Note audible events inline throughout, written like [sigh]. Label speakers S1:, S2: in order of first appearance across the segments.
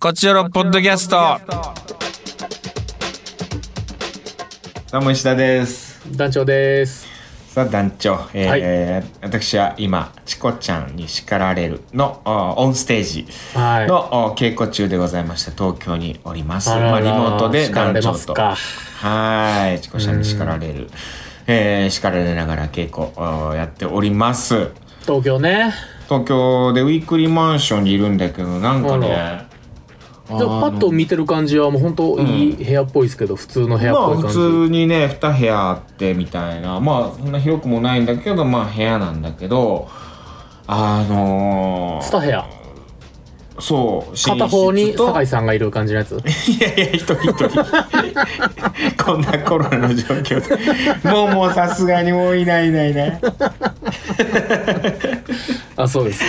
S1: こちらのポッドキャスト。
S2: どうも石田です。
S3: 団長です。
S2: さあ団長、えー
S3: はい
S2: えー私は今「チコちゃんに叱られるの」あーオンステージ
S3: はい。
S2: の、あー稽古中でございまして東京におります。
S3: あらら
S2: まあ、リモートで
S3: 叱ら
S2: 団
S3: れ
S2: 長
S3: ます
S2: と。
S3: か。
S2: はい、チコちゃんに叱られる。えー叱られながら稽古あーやっております。
S3: 東京ね。
S2: 東京でウィークリーマンションにいるんだけどなんかね
S3: じゃあパッと見てる感じはもう本当いい部屋っぽいですけど、普通の部屋
S2: ま
S3: っぽ
S2: あ
S3: い感
S2: 普
S3: じ。
S2: 通にね2部屋あってみたいなまあそんな広くもないんだけどまあ部屋なんだけどあのー、
S3: 二部屋。
S2: そう寝室と
S3: 片方に酒井さんがいる感じ
S2: [laughs]
S3: のやつ。
S2: いやいや一人一人 [laughs] こんなコロナの状況でもうもうさすがにもういないいないいない
S3: あ、そうです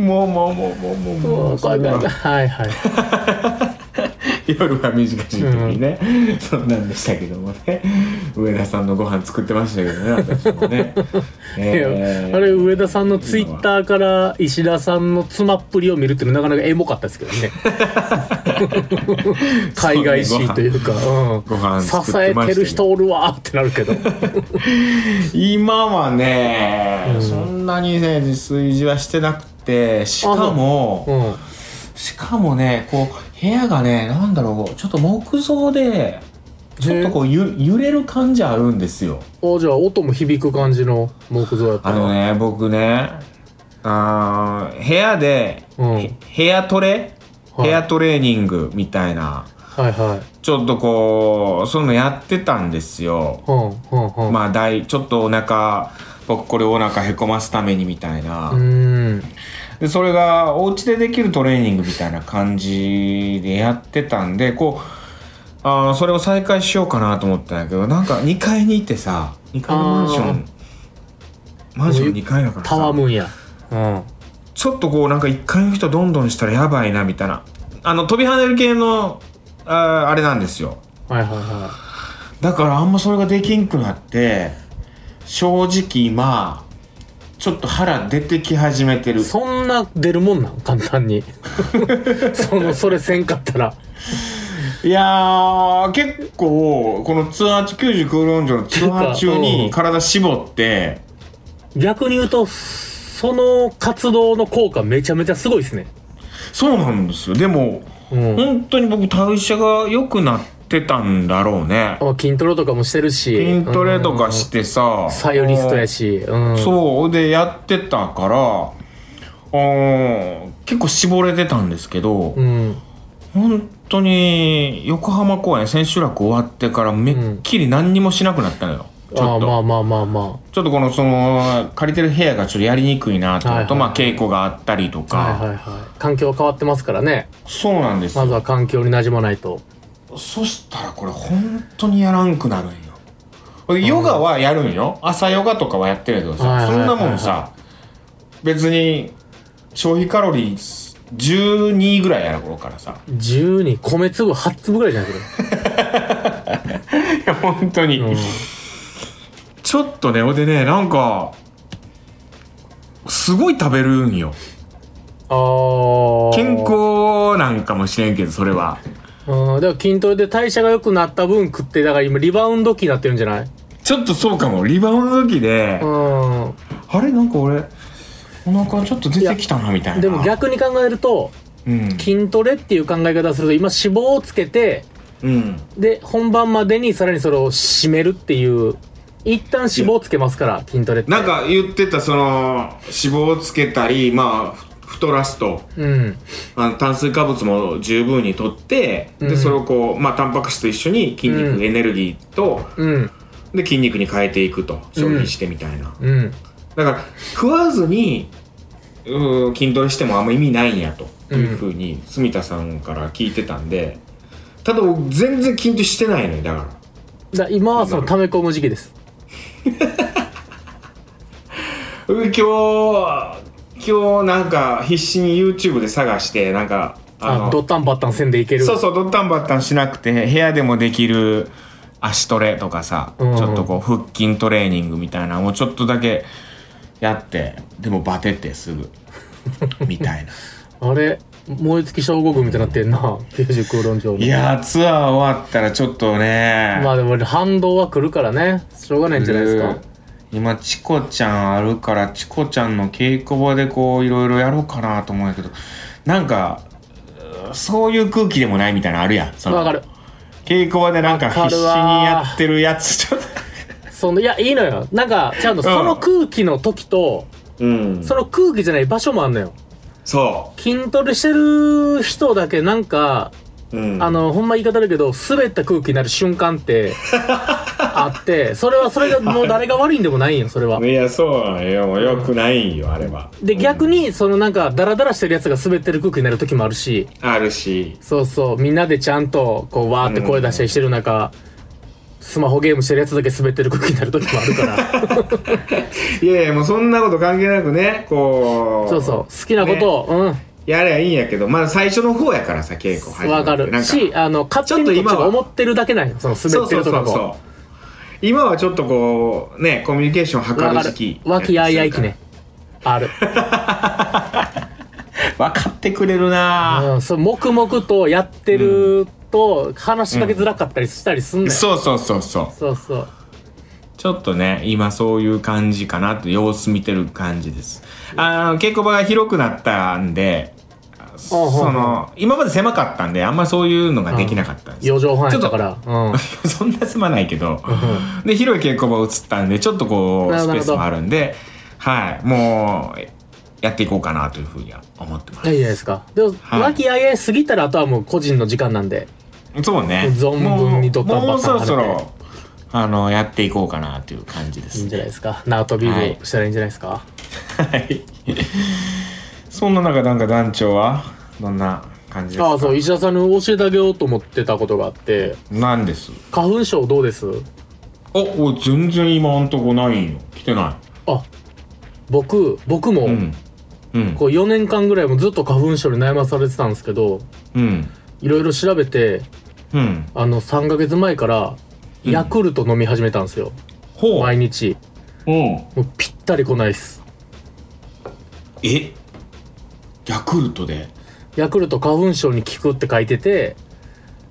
S2: もうもうもうもうもう
S3: か。
S2: もう
S3: 怖い怖い怖いはいはい。
S2: 夜は短い時にね、そんなんでしたけどもね上田さんのご飯作ってましたけどね私もね、
S3: [laughs] いや
S2: えー
S3: あれ、上田さんのツイッターから石田さんの妻っぷりを見るっていうのはなかなかエモかったで
S2: [laughs]
S3: すけどね。海外しいというか、
S2: ご飯
S3: うん、支
S2: 作って
S3: え
S2: ましたよ
S3: てる人おるわーってなるけど。
S2: 今はね、
S3: うん
S2: そんなにね自炊事はしてなくてしかも、
S3: うん。
S2: しかもねこう部屋がねなんだろうちょっと木造でちょっとこうゆ揺れる感じあるんですよ
S3: あじゃあ音も響く感じの木造やった
S2: あ
S3: ら
S2: のね僕ねあー部屋で、
S3: うん
S2: へ部屋トレ、
S3: はい
S2: 部屋トレーニングみたいな
S3: はいはい
S2: ちょっとこうそういうのやってたんですよ
S3: うんうんうん
S2: まあ大ちょっとお腹ぽっこりお腹へこますためにみたいな、
S3: うーん
S2: でそれがお家でできるトレーニングみたいな感じでやってたんでこうあーそれを再開しようかなと思ったんだけどなんか2階にいてさ2階のマンショ
S3: あ
S2: ンマンション2階だから
S3: たわ
S2: さ
S3: むんやうん
S2: ちょっとこうなんか1階の人どんどんしたらやばいなみたいなあの飛び跳ねる系のあーあれなんですよ
S3: はいはいは
S2: だからあんまそれができんくなって正直今ちょっと腹出てき始めてる
S3: いそんな出るもんなん簡単に [laughs] そのそれせんかったら
S2: いやー、結構、このツアー中、90空論上のツアー中
S3: う
S2: に
S3: ん
S2: 体絞って、
S3: 逆に言うとその活動の効果めちゃめちゃすごいですね
S2: そうなんですよ。でも、
S3: うん
S2: 本当に僕、代謝が良くなってたんだろうね。
S3: あ筋トレとかもしてるし
S2: 筋トレとかしてさ、
S3: サヨリストやしうん
S2: そう、で、やってたから、うん結構絞れてたんですけど、
S3: うん
S2: 本当に横浜公演千秋楽終わってからめっきり何にもしなくなったのよ、ち
S3: あ
S2: ょっと
S3: まあまあまあま
S2: ちょっとこのその借りてる部屋がちょっとやりにくいなと思うと、
S3: はいはい
S2: まあ稽古があったりと
S3: あ
S2: か、
S3: はいはいはい環境変わってますからね
S2: そうなんですよ、
S3: まずは環境に馴染まないと
S2: そしたらこれ本当にやらんくなるんよ俺ヨガはやるんよ、朝ヨガとかはやってるけどさ、
S3: はいはいはいはい
S2: そんなもんさ別に消費カロリー12ぐらいやる頃から
S3: [laughs]
S2: さ
S3: 12米粒8粒ぐらいじゃないですか
S2: いや本当に、
S3: うん
S2: ちょっとねほんでねなんかすごい食べるんよ
S3: あー
S2: 健康なんかもしれんけどそれは。
S3: うんだから筋トレで代謝が良くなった分食ってだから今リバウンド期になってるんじゃない
S2: ちょっとそうかもリバウンドの時で、
S3: うん
S2: あれなんか俺お腹ちょっと出てきたなみたいな
S3: でも、逆に考えると
S2: うん、
S3: 筋トレっていう考え方をすると今脂肪をつけて
S2: うん、
S3: で本番までにさらにそれを締めるっていう一旦脂肪をつけますから筋トレって
S2: なんか言ってたその脂肪をつけたりまあふ太らすと
S3: うん
S2: あの炭水化物も十分にとって、
S3: う
S2: で
S3: ん
S2: それをこうまあタンパク質と一緒に筋肉、
S3: うん
S2: エネルギーと
S3: うん
S2: で筋肉に変えていくと消費してみたいな、
S3: うん
S2: だから食わずにうー筋トレしてもあんま意味ないんやというふうに住田さんから聞いてたんでただ僕全然筋トレしてないのよだから
S3: だから今はその溜め込む時期です
S2: うん今日今日なんか必死に YouTube で探してなんかあの
S3: あドッタンバッタンせんでいける
S2: そうそうドッタンバッタンしなくて部屋でもできる足トレとかさ、
S3: うん
S2: ちょっとこう腹筋トレーニングみたいなもうちょっとだけやってでもバテてすぐみたいな。
S3: ああれ、燃え尽き症候群みたいになってんな。九州空論上の。
S2: いやーツアー終わったらちょっとね
S3: まあでも反動は来るからね。しょうがないんじゃないですか。
S2: 今チコちゃんあるからチコちゃんの稽古場でこういろいろやろうかなと思うんやけどなんかうーそういう空気でもないみたいなのあるやんその
S3: わかる。
S2: 稽古場でなんか
S3: わか
S2: 必死
S3: る
S2: に
S3: わ
S2: やってるやつちょっ
S3: その、いや、いいのよ。なんか、ちゃんとその空気の時と、
S2: とうん
S3: その空気じゃない場所もあんのよ。
S2: そ
S3: 筋トレしてる人だけなんか、
S2: う、うん、
S3: あの、ほんま言い方だけど、滑った空気になる瞬間
S2: [laughs]
S3: って、あって、それは、それがもう誰が悪いんでもないんよ、それは。
S2: いやそうなんよよくないんよあれは
S3: で、逆に、そのなんか、ダラダラしてるやつが滑ってる空気になる時もあるし、
S2: あるし
S3: そうそう、みんなでちゃんと、こう、わーって声出したりしてる中、スマホゲームしてるやつだけ滑ってる空気になる時もあるから、
S2: [laughs] いやいやもうそんなこと関係なくねこう
S3: そうそう、好きなことを、
S2: やればいいんやけどまだ最初の方やからさ稽古
S3: う
S2: 始
S3: ん、
S2: めて
S3: わか
S2: な
S3: る
S2: ん
S3: し、あの、勝手にこっち
S2: ちょっと今
S3: が
S2: は
S3: 思ってるだけなんよ、その
S2: そ
S3: 滑っ
S2: うそ
S3: てる
S2: うそ
S3: とか
S2: う
S3: こ
S2: そう今はちょっとこうねコミュニケーション
S3: う。
S2: 図
S3: わ
S2: る
S3: か
S2: 時
S3: る
S2: 期。
S3: 和気あいあいきね。ある。
S2: 分かってくれるな [laughs]
S3: うん、そう黙々とやってると話しかけづらかったりしたりすんねん、そう
S2: そうそうそうそう
S3: そうそう
S2: ちょっとね今そういう感じかなって様子見てる感じですあの稽古場が広くなったんで
S3: ほうほう
S2: その今まで狭かったんであんまそういうのができなかったんですよ
S3: 4畳半やったから
S2: [laughs]
S3: うん
S2: そんなすまないけど、で広い稽古場移ったんでちょっとこう
S3: なる
S2: ス
S3: ほ
S2: ペ
S3: ど
S2: ースもあるんではいもうやっていこうかなというふうには思ってます
S3: いいじゃないですかでも、
S2: はい
S3: 和気あいあい過ぎたらあとはもう個人の時間なんで
S2: そうね
S3: 存分にドッタン
S2: もうもうそろそ
S3: バッタン跳
S2: ろあのやっていこうかなという感じで
S3: いい
S2: す
S3: んじゃない
S2: ね
S3: ですか縄跳び
S2: はい
S3: 部したらいいんじゃないですか、
S2: はいそんな中なんか団長はどんな感じですか
S3: ああそう石田さんに教えてあげようと思ってたことがあって
S2: なんです
S3: 花粉症どうです
S2: おお全然今んとこないんよ来てな
S3: あ僕僕も、
S2: いうんうん
S3: こう4年間ぐらいもずっと花粉症に悩まされてたんですけど
S2: うん
S3: いろいろ調べて
S2: うん
S3: あの3ヶ月前からヤクルト飲み始めたんですよ、
S2: ほう
S3: 毎日
S2: うん
S3: もうぴったり来ないっす
S2: えヤクルトで
S3: ヤクルト花粉症に効くって書いてて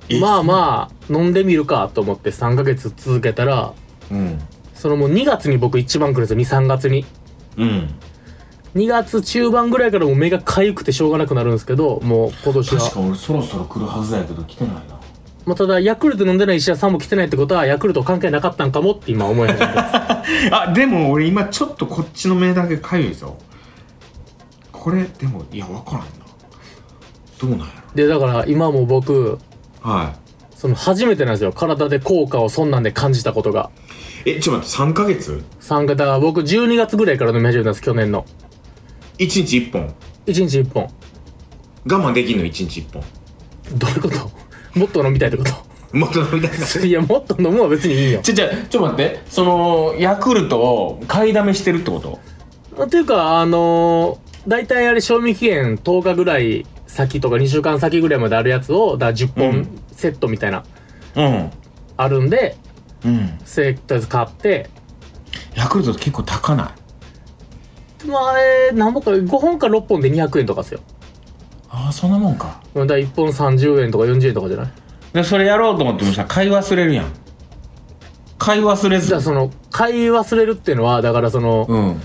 S2: え
S3: まあまあ飲んでみるかと思って3ヶ月続けたら
S2: うん
S3: そのもう2月に僕一番来るんですよ23月に
S2: うん
S3: 2月中盤ぐらいからもう目が痒くてしょうがなくなるんですけどもう今年
S2: 確
S3: は、
S2: か俺そろそろ来るはずやけど来てないな
S3: まあ、ただヤクルト飲んでない石田さんも来てないってことはヤクルト関係なかったんかもって今思い始め
S2: [laughs]
S3: てます
S2: あでも俺今ちょっとこっちの目だけかゆいぞこれでもいやわからんなどうなんや
S3: でだから今も僕
S2: ろは
S3: その初めてなんですよ体で効果をそんなんで感じたことが
S2: いえちょっと待って3ヶ月
S3: 参加だから僕12月ぐらいから飲み始めたんです去年の
S2: 1日1本
S3: 1日1本
S2: 我慢できんの1日1本
S3: どういうこともっと飲みたいってこ
S2: [laughs] もっと飲みたいな
S3: といやもっと飲むは別にいいよ
S2: ちょちょちょっと待ってそのヤクルトを買いだめしてるってこと
S3: っていうかあのー、大体あれ賞味期限10日ぐらい先とか2週間先ぐらいまであるやつをだから10
S2: う
S3: 本
S2: ん
S3: セットみたいな、
S2: うん
S3: あるんで
S2: うん
S3: セットやつ買って
S2: ヤクルトって結構高ない
S3: まあえー、何本か5本か6本で200円とかっすよ
S2: ああそんなもんか
S3: うんだから1本30円とか40円とかじゃない
S2: でそれやろうと思ってもさ買い忘れるやん買い忘れ
S3: じゃあ
S2: ず
S3: その買い忘れるっていうのはだからその、
S2: うん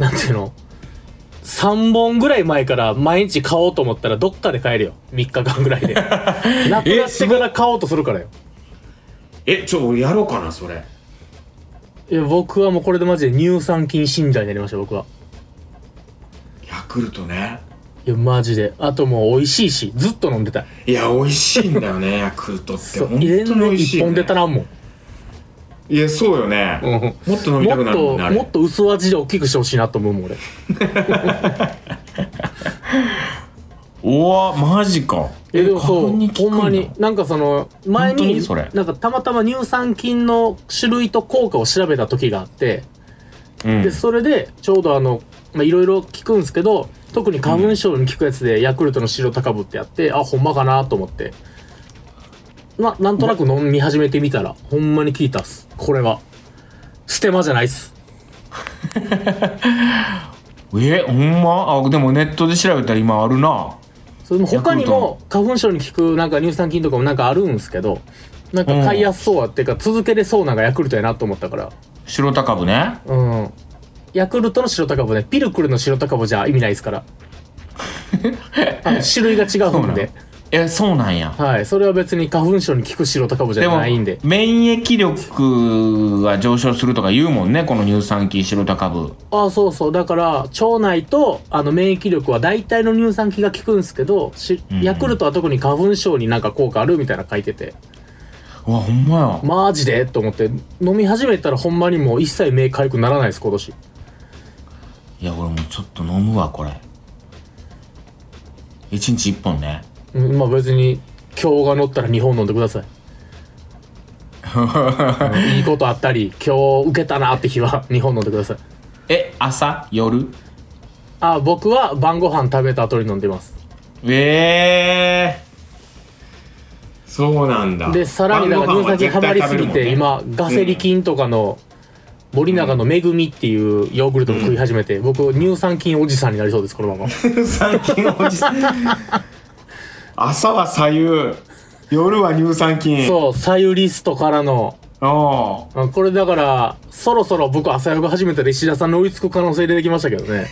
S3: なんていうの3本ぐらい前から毎日買おうと思ったらどっかで買えるよ3日間ぐらい
S2: [laughs]
S3: でなくなってから買おうとするからよ
S2: えちょ俺やろうかなそれ
S3: いや僕はもうこれでマジで乳酸菌信者になりました僕は
S2: ヤクルトね
S3: いやマジであともう美味しいしずっと飲んでたい
S2: いや美味しいんだよ
S3: [laughs]
S2: ねヤクルトって
S3: そう
S2: 本当に
S3: 入
S2: 美
S3: れんの
S2: 味しい、
S3: 1
S2: ね、
S3: 本出たらんもん
S2: いやそうよね、
S3: うん
S2: もっと飲みたく
S3: も
S2: な
S3: っ
S2: るも
S3: と
S2: んねあ
S3: もっ
S2: れ
S3: と薄味で大きくしてほしいなと思うもん俺
S2: うわマジか
S3: えでもそう
S2: 花粉効く
S3: ほ
S2: だ
S3: んまになんかその前
S2: 本当
S3: に
S2: にそれ
S3: なんかたまたま乳酸菌の種類と効果を調べた時があって
S2: うん
S3: でそれでちょうどあのまあいろいろ聞くんですけど特に花粉症に効くやつでヤクルトの白高ぶってやってあほんまかなと思ってまあなんとなく飲み始めてみたらほんまに効いたっすこれはステマじゃないっす
S2: えほんまあでもネットで調べたら今あるな
S3: それも他に
S2: ヤクル
S3: も花粉症に効くなんか乳酸菌とかもなんかあるんですけどなんか買いやすそうやっていうか続けれそうなんかヤクルトやなと思ったから
S2: 白高部ね
S3: うんヤクルトの白高ぶねピルクルの白高ぶじゃ意味ないですからあの種類が違うんで
S2: えそうなんや
S3: はいそれは別に花粉症に効く白高ぶじ
S2: で
S3: ゃ
S2: も
S3: ないんで
S2: 免疫力が上昇するとか言うもんねこの乳酸菌白高部
S3: ああそうそうだから腸内とあの免疫力は大体の乳酸菌が効くんですけどし
S2: ん
S3: ヤクルトは特に花粉症になんか効果あるみたいなの書いてて
S2: うわほんまや
S3: マジでと思って飲み始めたらほんまにもう一切目かゆくならないです今年
S2: いや俺もうちょっと飲むわこれ一日一本ね
S3: うんまあ別に今日が乗ったら2本飲んでください
S2: [laughs]
S3: うんいいことあったり今日受けたなって日は2本飲んでください
S2: え朝夜
S3: あ僕は晩ご飯食べた後に飲んでます
S2: ええそうなんだ
S3: でさらにだから乳酸菌ハマりすぎて、今ガセリ菌とかの森永の「めぐみ」っていうヨーグルトを食い始めて、僕乳酸菌おじさんになりそうですこのま
S2: [laughs]
S3: ま
S2: 乳酸菌おじさん朝は左右夜は乳酸菌う
S3: そうサユリストからの
S2: あ
S3: あこれだからそろそろ僕朝ヨガ始めたら石田さんに追いつく可能性出てきましたけどね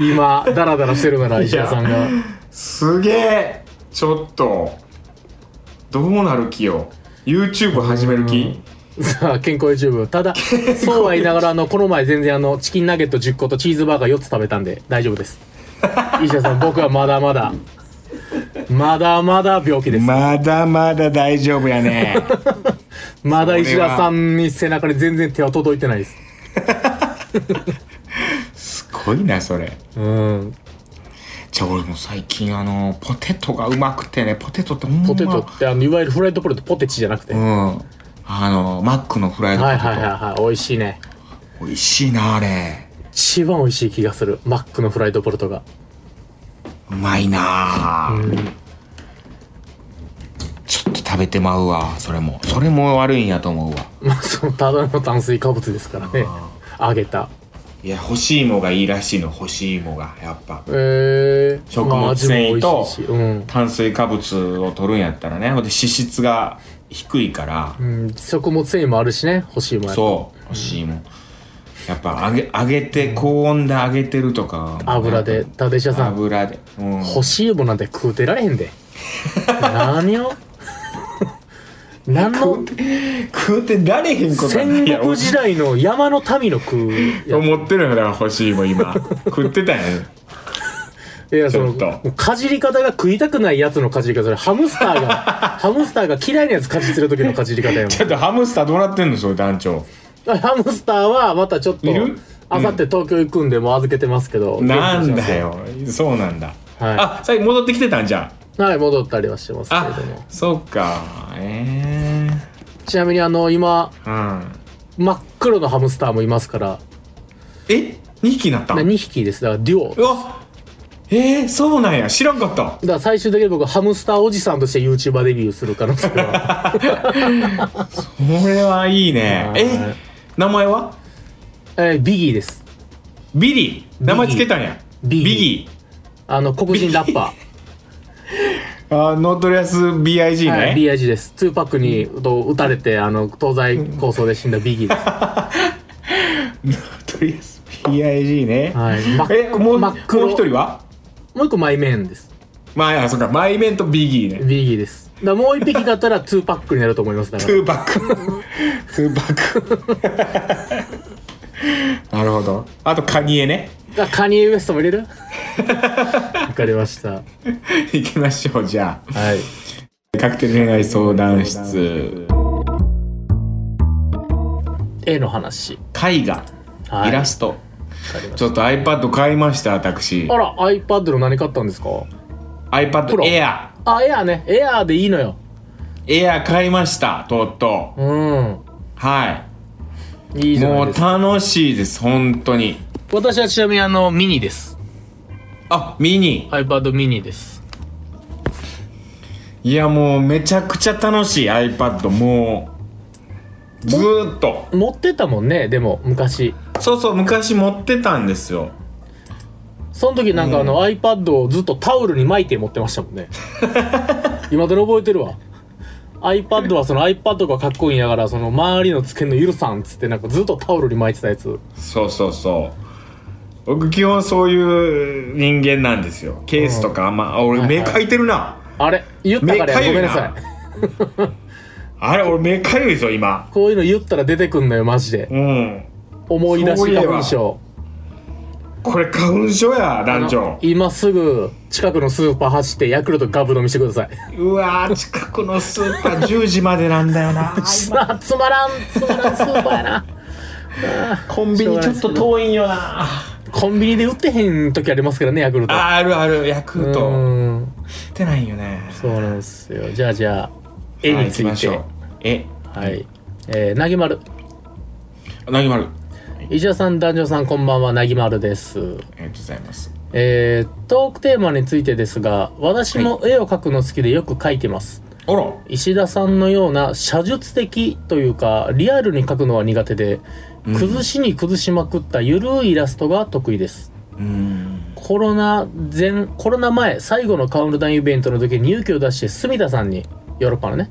S3: 今ダラダラしてるなら石田さんが
S2: すげえちょっとどうなる気よ YouTube 始める気
S3: さあ健康 YouTube ただそうは言いながらあのこの前全然あのチキンナゲット10個とチーズバーガー4つ食べたんで大丈夫です石田さん僕はまだまだまだまだ病気です
S2: まだまだ大丈夫やね [laughs]
S3: まだ石田さんに背中に全然手は届いてないです
S2: すごいなそれ
S3: うん
S2: じゃあ俺も最近あのポテトがうまくてねポテトってほんま
S3: ポテトってあのいわゆるフライドポテトポテチじゃなくて、
S2: う
S3: は
S2: んあのマックのフライ
S3: い
S2: ドポ
S3: はい
S2: テ
S3: はい
S2: ト
S3: はい美味しいね
S2: 美味しいなあれ
S3: 一番美味しい気がするマックのフライドポルトが
S2: うまいなあ、ちょっと食べてまうわそれもそれも悪いんやと思うわ
S3: まあそのただの炭水化物ですからね揚げた
S2: いや干し芋がいいらしいの干し芋がやっぱ
S3: えー、
S2: 食
S3: まあ
S2: 物
S3: 味も
S2: 繊維
S3: 美
S2: と
S3: 味しいしうん、
S2: 炭水化物を取るんやったらねほんで脂質が低いから、
S3: うん、食物繊維もあるしね欲しいもんや
S2: そ
S3: と
S2: う干し芋やっぱ揚げ揚げて高温で揚げてるとか
S3: 油でただ石田さん
S2: 油で、うん、
S3: 欲しいもんなんて食うてられへんで
S2: [laughs]
S3: 何を何の
S2: 食うてられへんことはない
S3: 戦
S2: や
S3: 国時代の山の民の食うや
S2: 思ってるよだから干し芋今食ってたんやん
S3: いやそ
S2: ちょ
S3: の
S2: っと
S3: もうかじり方が食いたくないやつのかじり方それハムス
S2: [laughs]
S3: ターがハムスターが嫌いなやつかじってる時のかじり方やもん
S2: ちょっとハムスターどうなってんのそれ団長
S3: [laughs] ハムスターはまたちょっと
S2: いる
S3: あさって東京行くんでもう預けてますけど
S2: なんだよそうなんだ、
S3: はい
S2: あ最近戻ってきてたんじゃ
S3: はい戻ったりはしてますけれ
S2: あ
S3: ども
S2: そっかえ
S3: ちなみにあの今
S2: えうん
S3: 真っ黒のハムスターもいますから
S2: え二2匹になった
S3: 2匹ですだからデュオだ
S2: う
S3: か
S2: わえー、そうなんや知らんかった
S3: ら最終的に僕ハムスターおじさんとして YouTuber デビューする可能性は
S2: これはいいね
S3: はい
S2: え名前は
S3: えービギーです
S2: ビリー名前つけたんや
S3: ビギー
S2: ビギ
S3: あの黒人ラッパ
S2: ーあノートリアス BIG
S3: ー、
S2: ね、
S3: はい、BIG です2パックにと撃たれてあの東西抗争で死んだビギーです、
S2: ノ [laughs] ートリアス BIG ね、
S3: はい、真っ
S2: えもうも
S3: 真
S2: う
S3: っ黒
S2: 一人は
S3: もう一個マイメンです
S2: まああそっかマイメントビギーね
S3: ビギーですだからもう一匹だったら2パックになると思いますだか
S2: ト
S3: ら
S2: ゥーバッ
S3: [laughs]
S2: クトゥーバック [laughs] なるほどあとカニエね
S3: あカニエウエストも入れるわかりました
S2: 行きましょうじゃ
S3: はい
S2: あカクテル恋愛相談室
S3: A の話
S2: 絵画
S3: はい
S2: イラスト、
S3: わかりまし
S2: ちょっと iPad 買いました私
S3: たあら iPad の何買ったんですか
S2: iPad
S3: プロ
S2: Air
S3: あエアーねエアーでいいのよ
S2: Air 買いましたとうとう
S3: うん
S2: はい
S3: いいじゃな
S2: も
S3: いうですか
S2: 楽しいです本当に
S3: 私はちなみにあのミニです
S2: あミニ
S3: iPad ミニです
S2: いやもうめちゃくちゃ楽しい iPad もうずーっと
S3: 持ってたもんねでも昔
S2: そうそう昔持ってたんですよ
S3: その時なんかあの iPad をずっとタオルに巻いて持ってましたもん [laughs] ね。今で覚えてるわ。iPad はその iPad がかっこいいんやから、その周りのつけんの許さんっつってなんかずっとタオルに巻いてたやつ。
S2: そうそうそう僕基本そういう人間なんですよケースとかあんま、あ俺目かいてるな、
S3: あれ言ったからや
S2: 目か
S3: ご
S2: ゆい
S3: めん
S2: な
S3: なさい。
S2: あれ俺目かゆいぞ今
S3: こういうの言ったら出てくんのよ、マジで。
S2: うん
S3: 思い出し花粉症。
S2: これ花粉症や団長
S3: 今すぐ近くのスーパー走ってヤクルトガブ飲みしてください。 [laughs]
S2: うわー近くのスーパー10時までなんだよな
S3: つまつまらん、つまらんスーパーやな。
S2: [laughs] コンビニちょっと遠いんよな
S3: コンビニで売ってへん時ありますからね、ヤクルト。
S2: ああるあるヤクル
S3: う
S2: ト売っ
S3: ん。
S2: てないんよね
S3: そうなんですよ。じゃあじゃあ、絵につ
S2: はい行きま
S3: い。
S2: してょ
S3: は
S2: うえ
S3: い。えー、なぎまる。
S2: なぎまる
S3: 石田さん、男女さん、こんばんは、なぎまるです。
S2: ありがとうございます
S3: えー、トークテーマについてですが、私も絵を描くの好きでよく描いてます。
S2: あら
S3: 石田さんのような写術的というか、リアルに描くのは苦手で、崩しに崩しまくったゆるいイラストが得意です。
S2: うん
S3: コロナ前、コロナ前、最後のカウントダウンイベントの時に勇気を出して、住田さんに、ヨーロッパのね、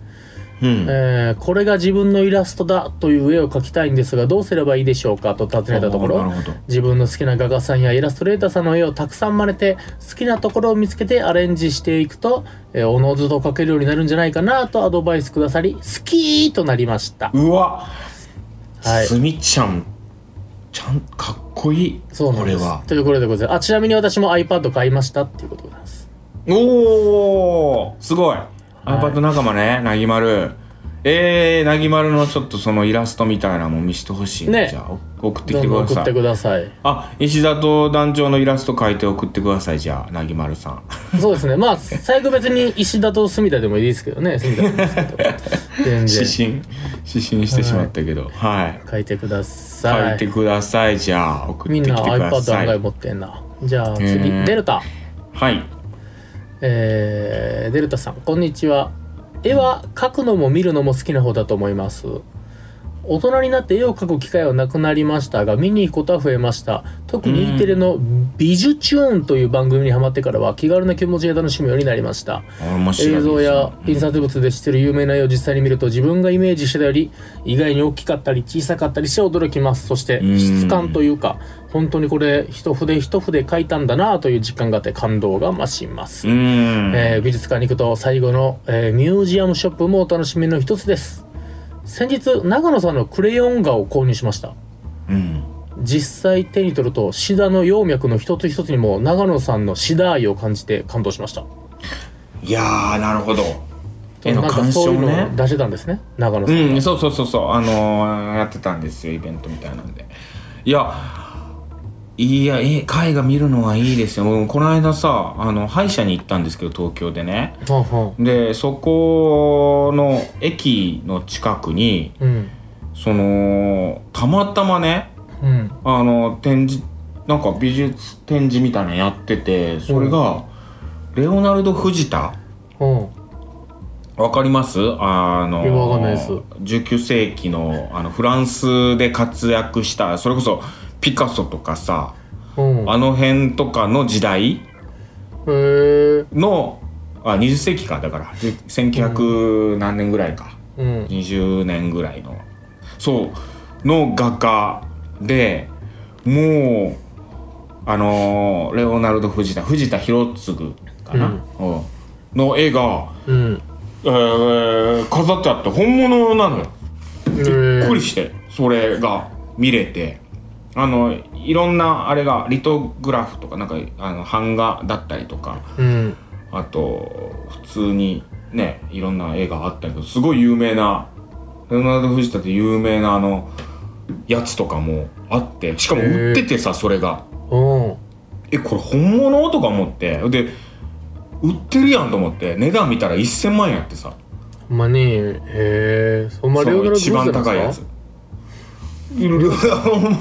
S2: うん
S3: えーこれが自分のイラストだという絵を描きたいんですがどうすればいいでしょうかと尋ねたとこ
S2: あー
S3: ろ
S2: なるほど
S3: 自分の好きな画家さんやイラストレーターさんの絵をたくさん真似て好きなところを見つけてアレンジしていくと、えーおのずと描けるようになるんじゃないかなとアドバイスくださり好きーとなりました
S2: うわ
S3: はい
S2: すみちゃんちゃんかっこいい
S3: そうなんで
S2: これは
S3: すということでございますあちなみに私も iPad 買いましたっていうことでございます
S2: おおすごい iPad 仲間ねなぎまるえー、なぎまるのちょっとそのイラストみたいなのも見せてほしいな
S3: ね
S2: じゃあお送ってき
S3: ど
S2: て
S3: ん
S2: く
S3: どん
S2: だ
S3: 送
S2: さ
S3: って
S2: い
S3: ください
S2: あ石田と団長のイラスト描いて送ってくださいじゃあなぎまるさん
S3: そうですね
S2: [laughs]
S3: まあ最後別に石田と隅田でもいいですけどね隅田でもいいですけど
S2: [laughs]
S3: 全然
S2: 指針指針してしまったけどはい、
S3: 書いてくださ
S2: 書い
S3: い
S2: てくださいじゃあ送って
S3: み
S2: き
S3: ん
S2: て
S3: な
S2: くだ
S3: iPad
S2: さ
S3: 案
S2: い
S3: 外持ってんなじゃあ次、
S2: うん
S3: デルタ
S2: はい
S3: えーデルタさんこんにちは絵は描くのも見るのも好きな方だと思います大人になって絵を描く機会はなくなりましたが見に行くことは増えました特に E テレの「美術チューン」という番組にハマってからは気軽な気持ちが楽しむようになりました
S2: 面白い
S3: 映
S2: ですね
S3: 像や印刷物で知ってる有名な絵を実際に見ると自分がイメージしてたより意外に大きかったり小さかったりして驚きますそして
S2: うん
S3: 質感というか本当にこれ一筆一筆描いたんだなという実感があって感動が増します、
S2: うん、
S3: えー美術館に行くと最後の、えーミュージアムショップもお楽しみの一つです先日長野さんのクレヨン画を購入しました
S2: うん
S3: 実際手に取るとシダの葉脈の一つ一つにも長野さんのシダ愛を感じて感動しました
S2: いやーなるほど絵の
S3: なんか
S2: 鑑
S3: そ
S2: 賞
S3: ういう
S2: ね
S3: のを出してたんですね長野さん
S2: うん、そうそうそうそう、あのーやってたんですよ、イベントみたいなんで。いや、いや、え、絵画見るのはいいですよ。もうこの間さ、あの、歯医者に行ったんですけど、東京でね。
S3: はんはん
S2: で、そこの駅の近くに、
S3: うん
S2: その、たまたまね、
S3: うん
S2: あの、展示、なんか美術展示みたいなのやってて、それが、レオナルド・藤田。
S3: うん
S2: わかりますあの
S3: いやわかんないです
S2: 19世紀のあのフランスで活躍したそれこそピカソとかさ
S3: うん
S2: あの辺とかの時代
S3: へえ
S2: のあ20世紀かだから10 1900何年ぐらいか、
S3: うん
S2: 20年ぐらいのそうの画家でもうあのーレオナルド・藤田藤田博次かな、うんの絵が、
S3: うん
S2: えー飾ってあって本物なのよ。
S3: びっ
S2: びっくりしてそれが見れてあのいろんなあれがリトグラフとかなんかあの版画だったりとか
S3: うん
S2: あと普通にねいろんな絵があったけどすごい有名なレオナルド・フジタって有名なあのやつとかもあってしかも売っててさそれが
S3: うん
S2: えこれ本物とか思ってで売ってるやんと思って値段見たら1000万円やってさ
S3: ほんまにへえそんま
S2: そ
S3: レオ
S2: の
S3: ナルド
S2: 一番高いやついろいろお前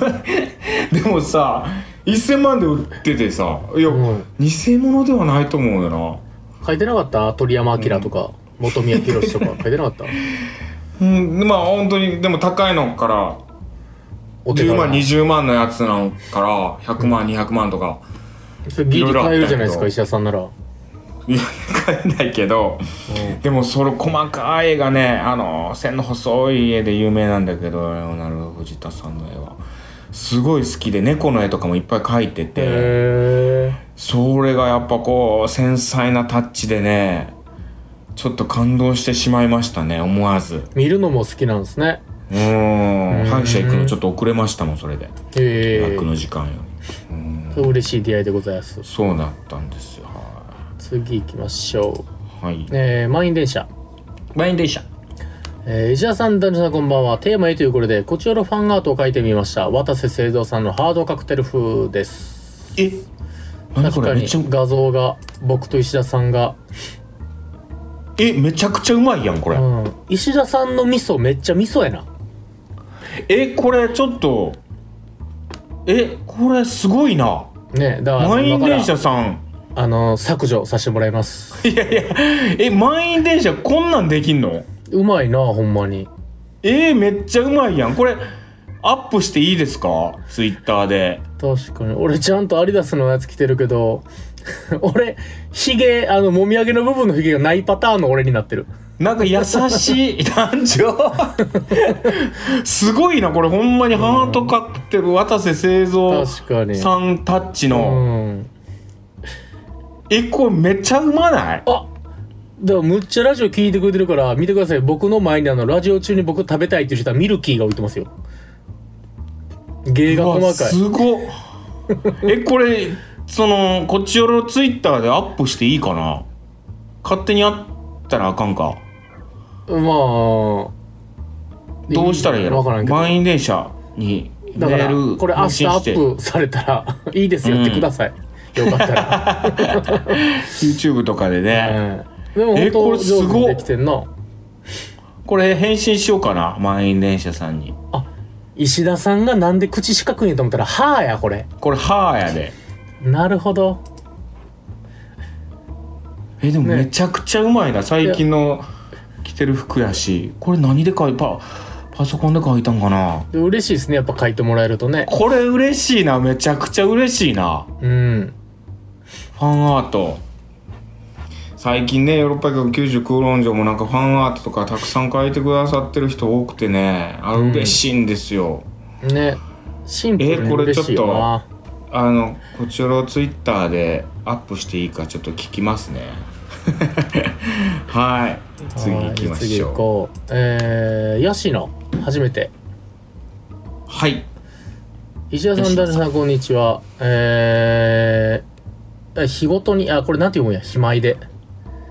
S2: [laughs] でもさ1000万で売っててさいや、
S3: うん
S2: 偽物ではないと思うよ
S3: 書いてなかった鳥山明とか本宮宏
S2: [laughs]
S3: とか書いてなかった
S2: なうんまあ本当にでも高いのから
S3: お手
S2: 10
S3: 軽な
S2: 万20万のやつなのから100万200万とか
S3: それギリ買えるじゃないですか石田さんなら
S2: いや買えないけどでもその細かい絵がねあの線の細い絵で有名なんだけどレオナルド・藤田さんの絵はすごい好きで猫の絵とかもいっぱい描いてて。
S3: へ
S2: それがやっぱこう繊細なタッチでねちょっと感動してしまいましたね思わず
S3: え見るのも好きなんですね
S2: うーん歯医者行くのちょっと遅れましたもんそれで
S3: へえ
S2: 楽の時間よりうん
S3: 嬉しい出会いでございます
S2: そうだったんですよは
S3: 次行きましょ
S2: い、はい、
S3: う、えー、満員電車
S2: 満員電車
S3: えー、石田さん、男女さんこんばんは。テーマ A ということで、こちらのファンアートを描いてみました。渡瀬製造さんのハードカクテル風です。
S2: え何こ
S3: 確か
S2: れめっ
S3: に
S2: ちゃ
S3: 画像が、僕と石田さんが、
S2: えめちゃくちゃうまいやんこれ
S3: うん。石田さんの味噌めっちゃ味噌やな。
S2: えこれちょっとえこれすごいな
S3: ねだから、
S2: 満員電車
S3: 今か
S2: さん
S3: らあの、削除させてもらいます。
S2: いやいやえ満員電車こんなんできんの
S3: うまいな、ほんまに。
S2: えー、めっちゃうまいやんこれアップしていいですかツイッターで
S3: 確かに。俺ちゃんとアディダスのやつ着てるけど、 [laughs] 俺、ヒゲ、あの、もみあげの部分のヒゲがないパターンの俺になってる。
S2: なんか優
S3: [laughs]
S2: しい男女すごいなこれほんまにハートカクテル渡瀬製造
S3: 確かに。
S2: さんタッチ
S3: う
S2: の
S3: ん。
S2: えこれめっちゃうまない
S3: あだからむっちゃラジオ聞いてくれてるから見てください僕の前にあのラジオ中に僕食べたいっていう人はミルキーが置いてますよ芸が
S2: うわ
S3: 細かい
S2: すごっえこれそのこっちよりのツイッターでアップしていいかな勝手にあったらあかんか
S3: まあ
S2: どうしたらいいや
S3: わ
S2: ろ
S3: からんけど
S2: 満員電車にメ
S3: だから
S2: ール
S3: これ明
S2: 返
S3: 日
S2: 信
S3: ア
S2: して
S3: ップされたら [laughs] いいですよってください、よかったら、
S2: YouTube とかでね、
S3: うんでも
S2: え
S3: 本
S2: これ
S3: 当
S2: すごっ
S3: 上手にできてんな
S2: これ返信しようかな満員電車さんに
S3: 石田さんがなんで口四角いんやと思ったら「はあ」やこれ
S2: これ「はーやで
S3: なるほど
S2: えでも
S3: ね
S2: めちゃくちゃうまいな最近の着てる服やしこれ何で書いパパソコンで書いたんかな
S3: で嬉しいですねやっぱ書いてもらえるとね
S2: これ嬉しいなめちゃくちゃ嬉しいな
S3: うん
S2: ファンアート最近ねヨーロッパ局90空論城もなんかファンアートとかたくさん書いてくださってる人多くてねあ
S3: うん
S2: 嬉しいんですよ、
S3: ねシンプル
S2: え
S3: に
S2: これちょっと
S3: 嬉しいよな、
S2: あのこちらのツイッターでアップしていいかちょっと聞きますね [laughs] はい次行きま
S3: はい次
S2: し
S3: 行
S2: ょ
S3: こうえー、ヤシの初めて
S2: うはい
S3: 石田さ
S2: ヤ
S3: ん
S2: シノ
S3: 旦那さんこんにちはえーえ日ごとにあこれなんて読むんや「ひまいで」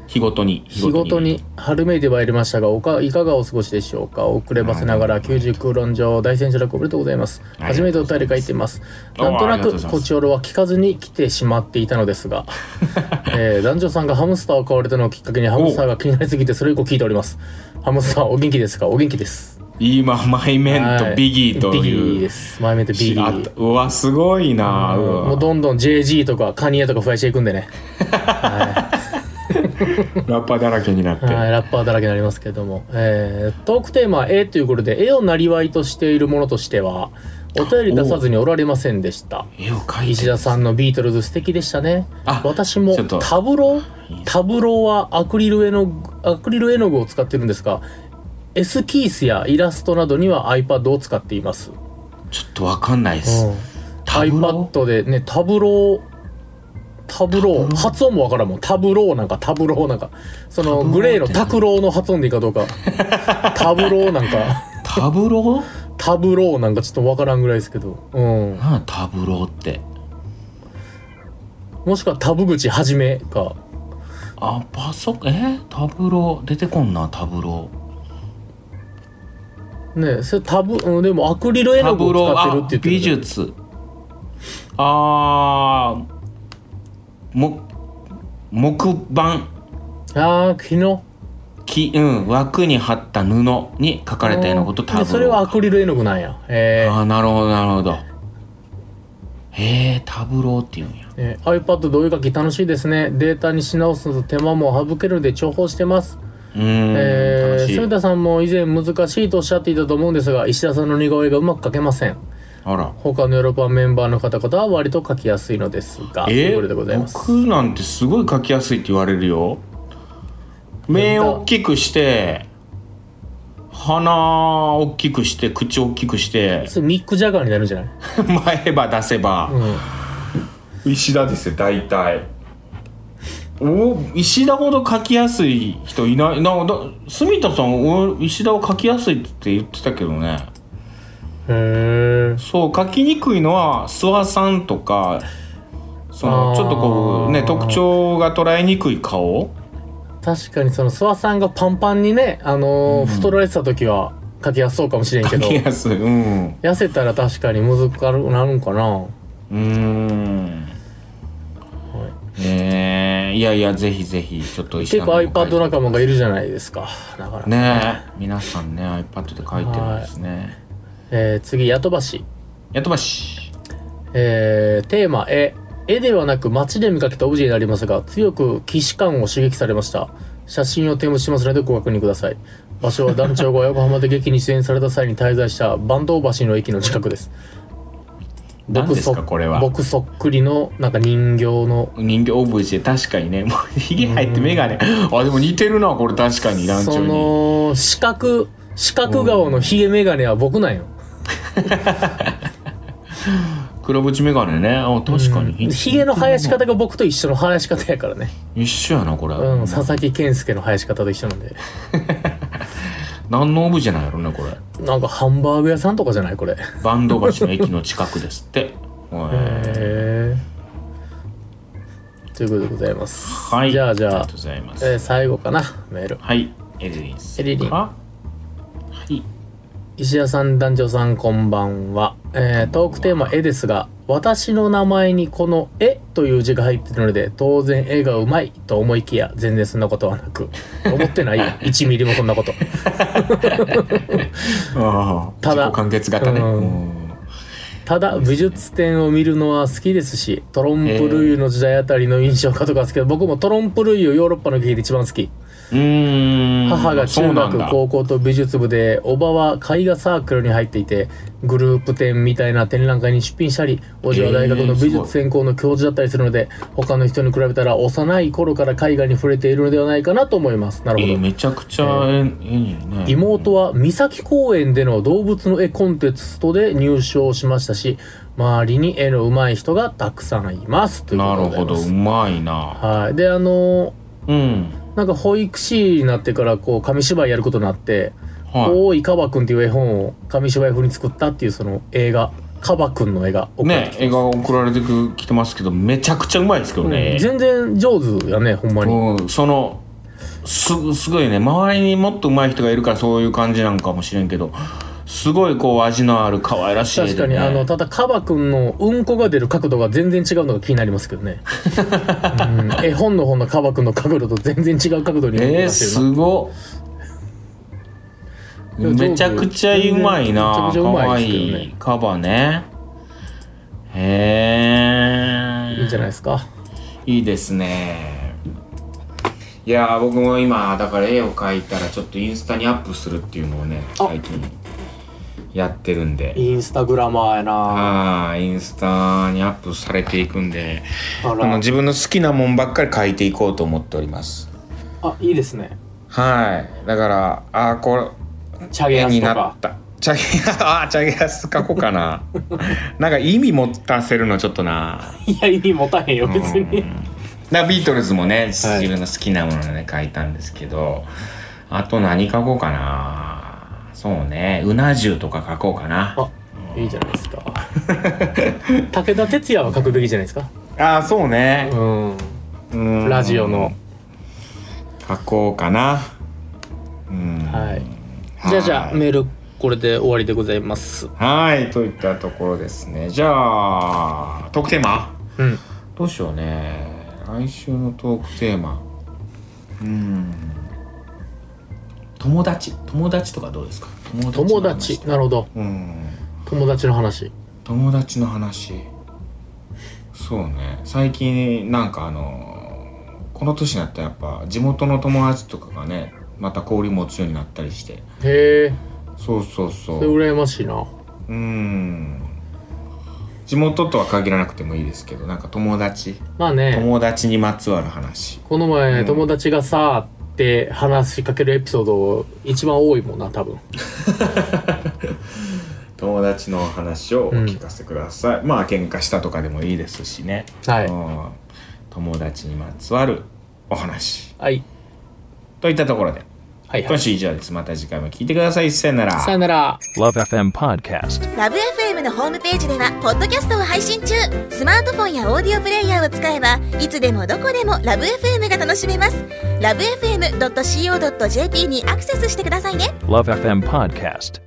S2: 日ごとに
S3: 日ごとに春めいてまいりましたがおかいかがお過ごしでしょうか遅ればせながら九十空論上大選手落おめでとうございます
S2: ありがとうございます
S3: 初めてお便り書いています
S2: どう
S3: な
S2: も
S3: んとな
S2: ありがとうご
S3: く
S2: ざいます
S3: こちおろは聞かずに来てしまっていたので
S2: [laughs]
S3: すが、えー、男女さんがハムスターを買われたのをきっかけにハムスターが気になりすぎてそれ以降聞いておりますハムスターお元気ですかお元気です
S2: 今マイメン
S3: は
S2: と
S3: い
S2: ビギーと
S3: ビギー
S2: い
S3: で
S2: う
S3: す前目とビギ
S2: しあっ
S3: ー
S2: たうわすごいなう
S3: もう
S2: わ
S3: どんどん JG とかカニエとか増やしていくんでね、
S2: ラッパだらけになって
S3: はい、ラッパーだらけになりますけれども、えートークテーマは A ということで絵をなりわいとしているものとしてはお便り出さずにおられませんでした
S2: 絵を描い
S3: 石
S2: て
S3: 田さんのビートルズ素敵でしたね
S2: あ
S3: 私も
S2: ちょっと
S3: タブロータブローはアクリル絵のアクリル絵の具を使ってるんですがエスキースやイラストなどには iPad を使っています、
S2: ちょっとわかんないですタブロ
S3: iPad でねタブロータブロー発音もわからんもんタブローなんかタブローなんかそのグレーのタクローの発音でいいかどうかタブローなんか
S2: タブロ
S3: タブローなんかちょっとわからんぐらいですけどうん
S2: なんやタブロって
S3: もしくはタブ口はじめか
S2: あパソコンえタブロ出てこんなタブロ
S3: ねそれタブ、うん、でもアクリル絵
S2: タ
S3: の具
S2: ブロー
S3: を使ってる
S2: あ
S3: って言ってる
S2: 美
S3: けど
S2: 術あーも木板
S3: ああ昨日
S2: 木、うん、枠に貼った布に書かれた絵のことタブロ
S3: で
S2: ー
S3: それはアクリル絵の具なんやえ
S2: あーなるほどなるほどへえタブローっていうんや
S3: ーね iPad でお絵描き楽しいですねデータにし直すのと手間も省けるので重宝してます
S2: うーん、
S3: え
S2: 楽
S3: ー、
S2: しい
S3: 住田さんも以前難しいとおっしゃっていたと思うんですが石田さんの似顔絵がうまく描けません
S2: あら
S3: 他のヨーロッパメンバーの方々は割と書きやすいのですが、ということでございます。
S2: 僕なんてすごい書きやすいって言われるよ目大きくして鼻大きくして口大きくして
S3: それミック・ジャガーになるんじゃない、
S2: [laughs] 前歯出せば、
S3: うん、
S2: 石田ですよ大体お石田ほど書きやすい人いないなんかだ住田さんお石田を書きやすいって言ってたけどね
S3: へえ
S2: そう書きにくいのは諏訪さんとかそ
S3: あ
S2: の
S3: ー
S2: ちょっとこうね特徴が捉えにくい顔
S3: 確かにその諏訪さんがパンパンにね、あのー太られてた時は書きやすそうかもしれんけ
S2: 書
S3: ど
S2: きやすいうん
S3: 痩せたら確かに難しくなるんかな
S2: うーんねえいやいやぜひぜひちょっと石田
S3: 結構
S2: の
S3: iPad 仲間がいるじゃないですかだから、
S2: ねえ皆さんね iPad で書いてるんですね
S3: えー次ヤトバシ
S2: やっとばし
S3: えーテーマ絵絵ではなく街で見かけたオブジェになりますが強く既視感を刺激されました写真を提示しますのでご確認ください場所は団長が横浜で劇に出演された際に滞在した坂東橋の駅の近くです
S2: 何です
S3: そ
S2: かこれは
S3: 僕そっくりのなんか人形の
S2: 人形オブジェ確かにねもうひげ生えて眼鏡あでも似てるなこれ確かにランチ
S3: そ
S2: ョウに
S3: の四角四角顔のヒゲメガネは僕なんよ
S2: 黒縁眼鏡ねあ確かに
S3: ヒゲの生やし方が僕と一緒の生やし方やからね
S2: 一緒やなこれ、
S3: うん佐々木健介の生やし方と一緒なんで
S2: 何のオブジェなんやろねこれ
S3: なんかハンバーグ屋さんとかじゃないこれへ
S2: バンド橋の駅の近くですってはい
S3: えということでございます
S2: はい
S3: じゃあじゃ
S2: あり
S3: あ
S2: がとうございます、
S3: えー最後かなメール
S2: はいエリリンさん
S3: エリリン
S2: はい
S3: 石田さん男女さんこんばんは、えートークテーマ「絵」ですが私の名前にこの「絵」という字が入っているので当然絵がうまいと思いきや全然そんなことはなく思ってないよ
S2: [laughs]
S3: 1ミリもそんなこと
S2: ああ
S3: ただ
S2: 自己完結型ね、
S3: うん
S2: うん
S3: ただ美術展を見るのは好きですしトロンプルイユの時代あたりの印象かとかですけど僕もトロンプルイユヨーロッパの劇で一番好き
S2: うーん
S3: 母が
S2: そ
S3: 中
S2: うなん
S3: 学
S2: だ
S3: 高校と美術部でおばは絵画サークルに入っていてグループ展みたいな展覧会に出品したりおじは大学の美術専攻の教授だったりするので、他の人に比べたら幼い頃から絵画に触れているのではないかなと思いますなる
S2: え
S3: ほど、
S2: ーめちゃくちゃええにね
S3: 妹は三崎公園での動物の絵コンテストで入賞しましたし周りに絵の上手い人がたくさんいますというこ
S2: な
S3: と
S2: る
S3: で
S2: ほど
S3: ございます
S2: うまいな
S3: はいであの
S2: うん
S3: なんか保育士になってからこう紙芝居やることになって
S2: は
S3: 大井カバくんっていう絵本を紙芝居風に作ったっていうその映画カバくんの絵が
S2: い。
S3: 送ら
S2: ね
S3: れてき、
S2: 映画が送られてくきてますけど、めちゃくちゃうまいですけど
S3: た、
S2: ね。
S3: 全然上手やねほんまに
S2: うん、その、す、すごいね、周りにもっと上手い人がいるからそういう感じなんかもしれんけど、すごいこう味のある可愛らしい絵で、
S3: 確
S2: ね。
S3: かにあのただカバくんのうんこが出る角度が全然違うのが気になりますけ
S2: [laughs]
S3: どね、うん絵本の方のカバくんの角度と全然違う角度にうんこが出てる
S2: えー、
S3: な
S2: すごっ
S3: いや上手
S2: めちゃくちゃうまいな
S3: めちゃくちゃう
S2: 可
S3: まい
S2: 愛
S3: ですけ
S2: い
S3: どね
S2: カバねへえ
S3: いいんじゃないですか
S2: いいですね。いやー僕も今だから絵を描いたらちょっとインスタにアップするっていうのをね最近やってるんで
S3: インスタグラマーやな
S2: あーインスタにアップされていくんで
S3: あ
S2: あの自分の好きなもんばっかり描いていこうと思っております
S3: あいいですね
S2: はいだからああこ
S3: チャ
S2: れ絵になったチャゲあーチャゲアス描こうか [laughs] ななんか意味持たせるのちょっとない
S3: や意味持たへんよ別に
S2: だからビートルズもね
S3: はい
S2: 自分の好きなもので、ね書いたんですけどあと何書こうかなそうねうな重とか書こうかな
S3: あいいじゃないですか武田鉄矢は書くべきじゃないですか
S2: ああそうね
S3: うん
S2: うん
S3: ラジオの
S2: 書こうかなうん
S3: はい
S2: はい
S3: じゃあじゃあメールこれで終わりでございます
S2: はいといったところですねじゃあトークテーマ
S3: うん
S2: どうしようね来週のトークテーマうん友達友達とかどうですか友達の
S3: 友
S2: 話
S3: 達なるほど
S2: うん
S3: 友達の話
S2: 友達の話そうね最近なんかあのこの年になったらやっぱ地元の友達とかがねまた交流持つようになったりして
S3: へえ
S2: そうそうそ
S3: それ
S2: う
S3: 羨ましいな
S2: うん地元とは限らなくてもいいですけどなんか友達
S3: まあね、
S2: 友達にまつわる話
S3: この前、友達がさーって話しかけるエピソード一番多いもんな、多分。
S2: 友達の話をお聞かせください、まあ喧嘩したとかでもいいですしね、
S3: はい
S2: うん友達にまつわるお話
S3: はい。
S2: といったところで
S3: はい、は
S2: 今
S3: い。
S2: 週以上ですまた次回も聞いてくださいさよなら
S3: さよなら。
S1: Love FM Podcast.
S4: ラブ f m のホームページではポッドキャストを配信中スマートフォンやオーディオプレイヤーを使えばいつでもどこでもラブ f m が楽しめますラブ FM.co.jp にアクセスしてくださいね
S1: Love FM Podcast.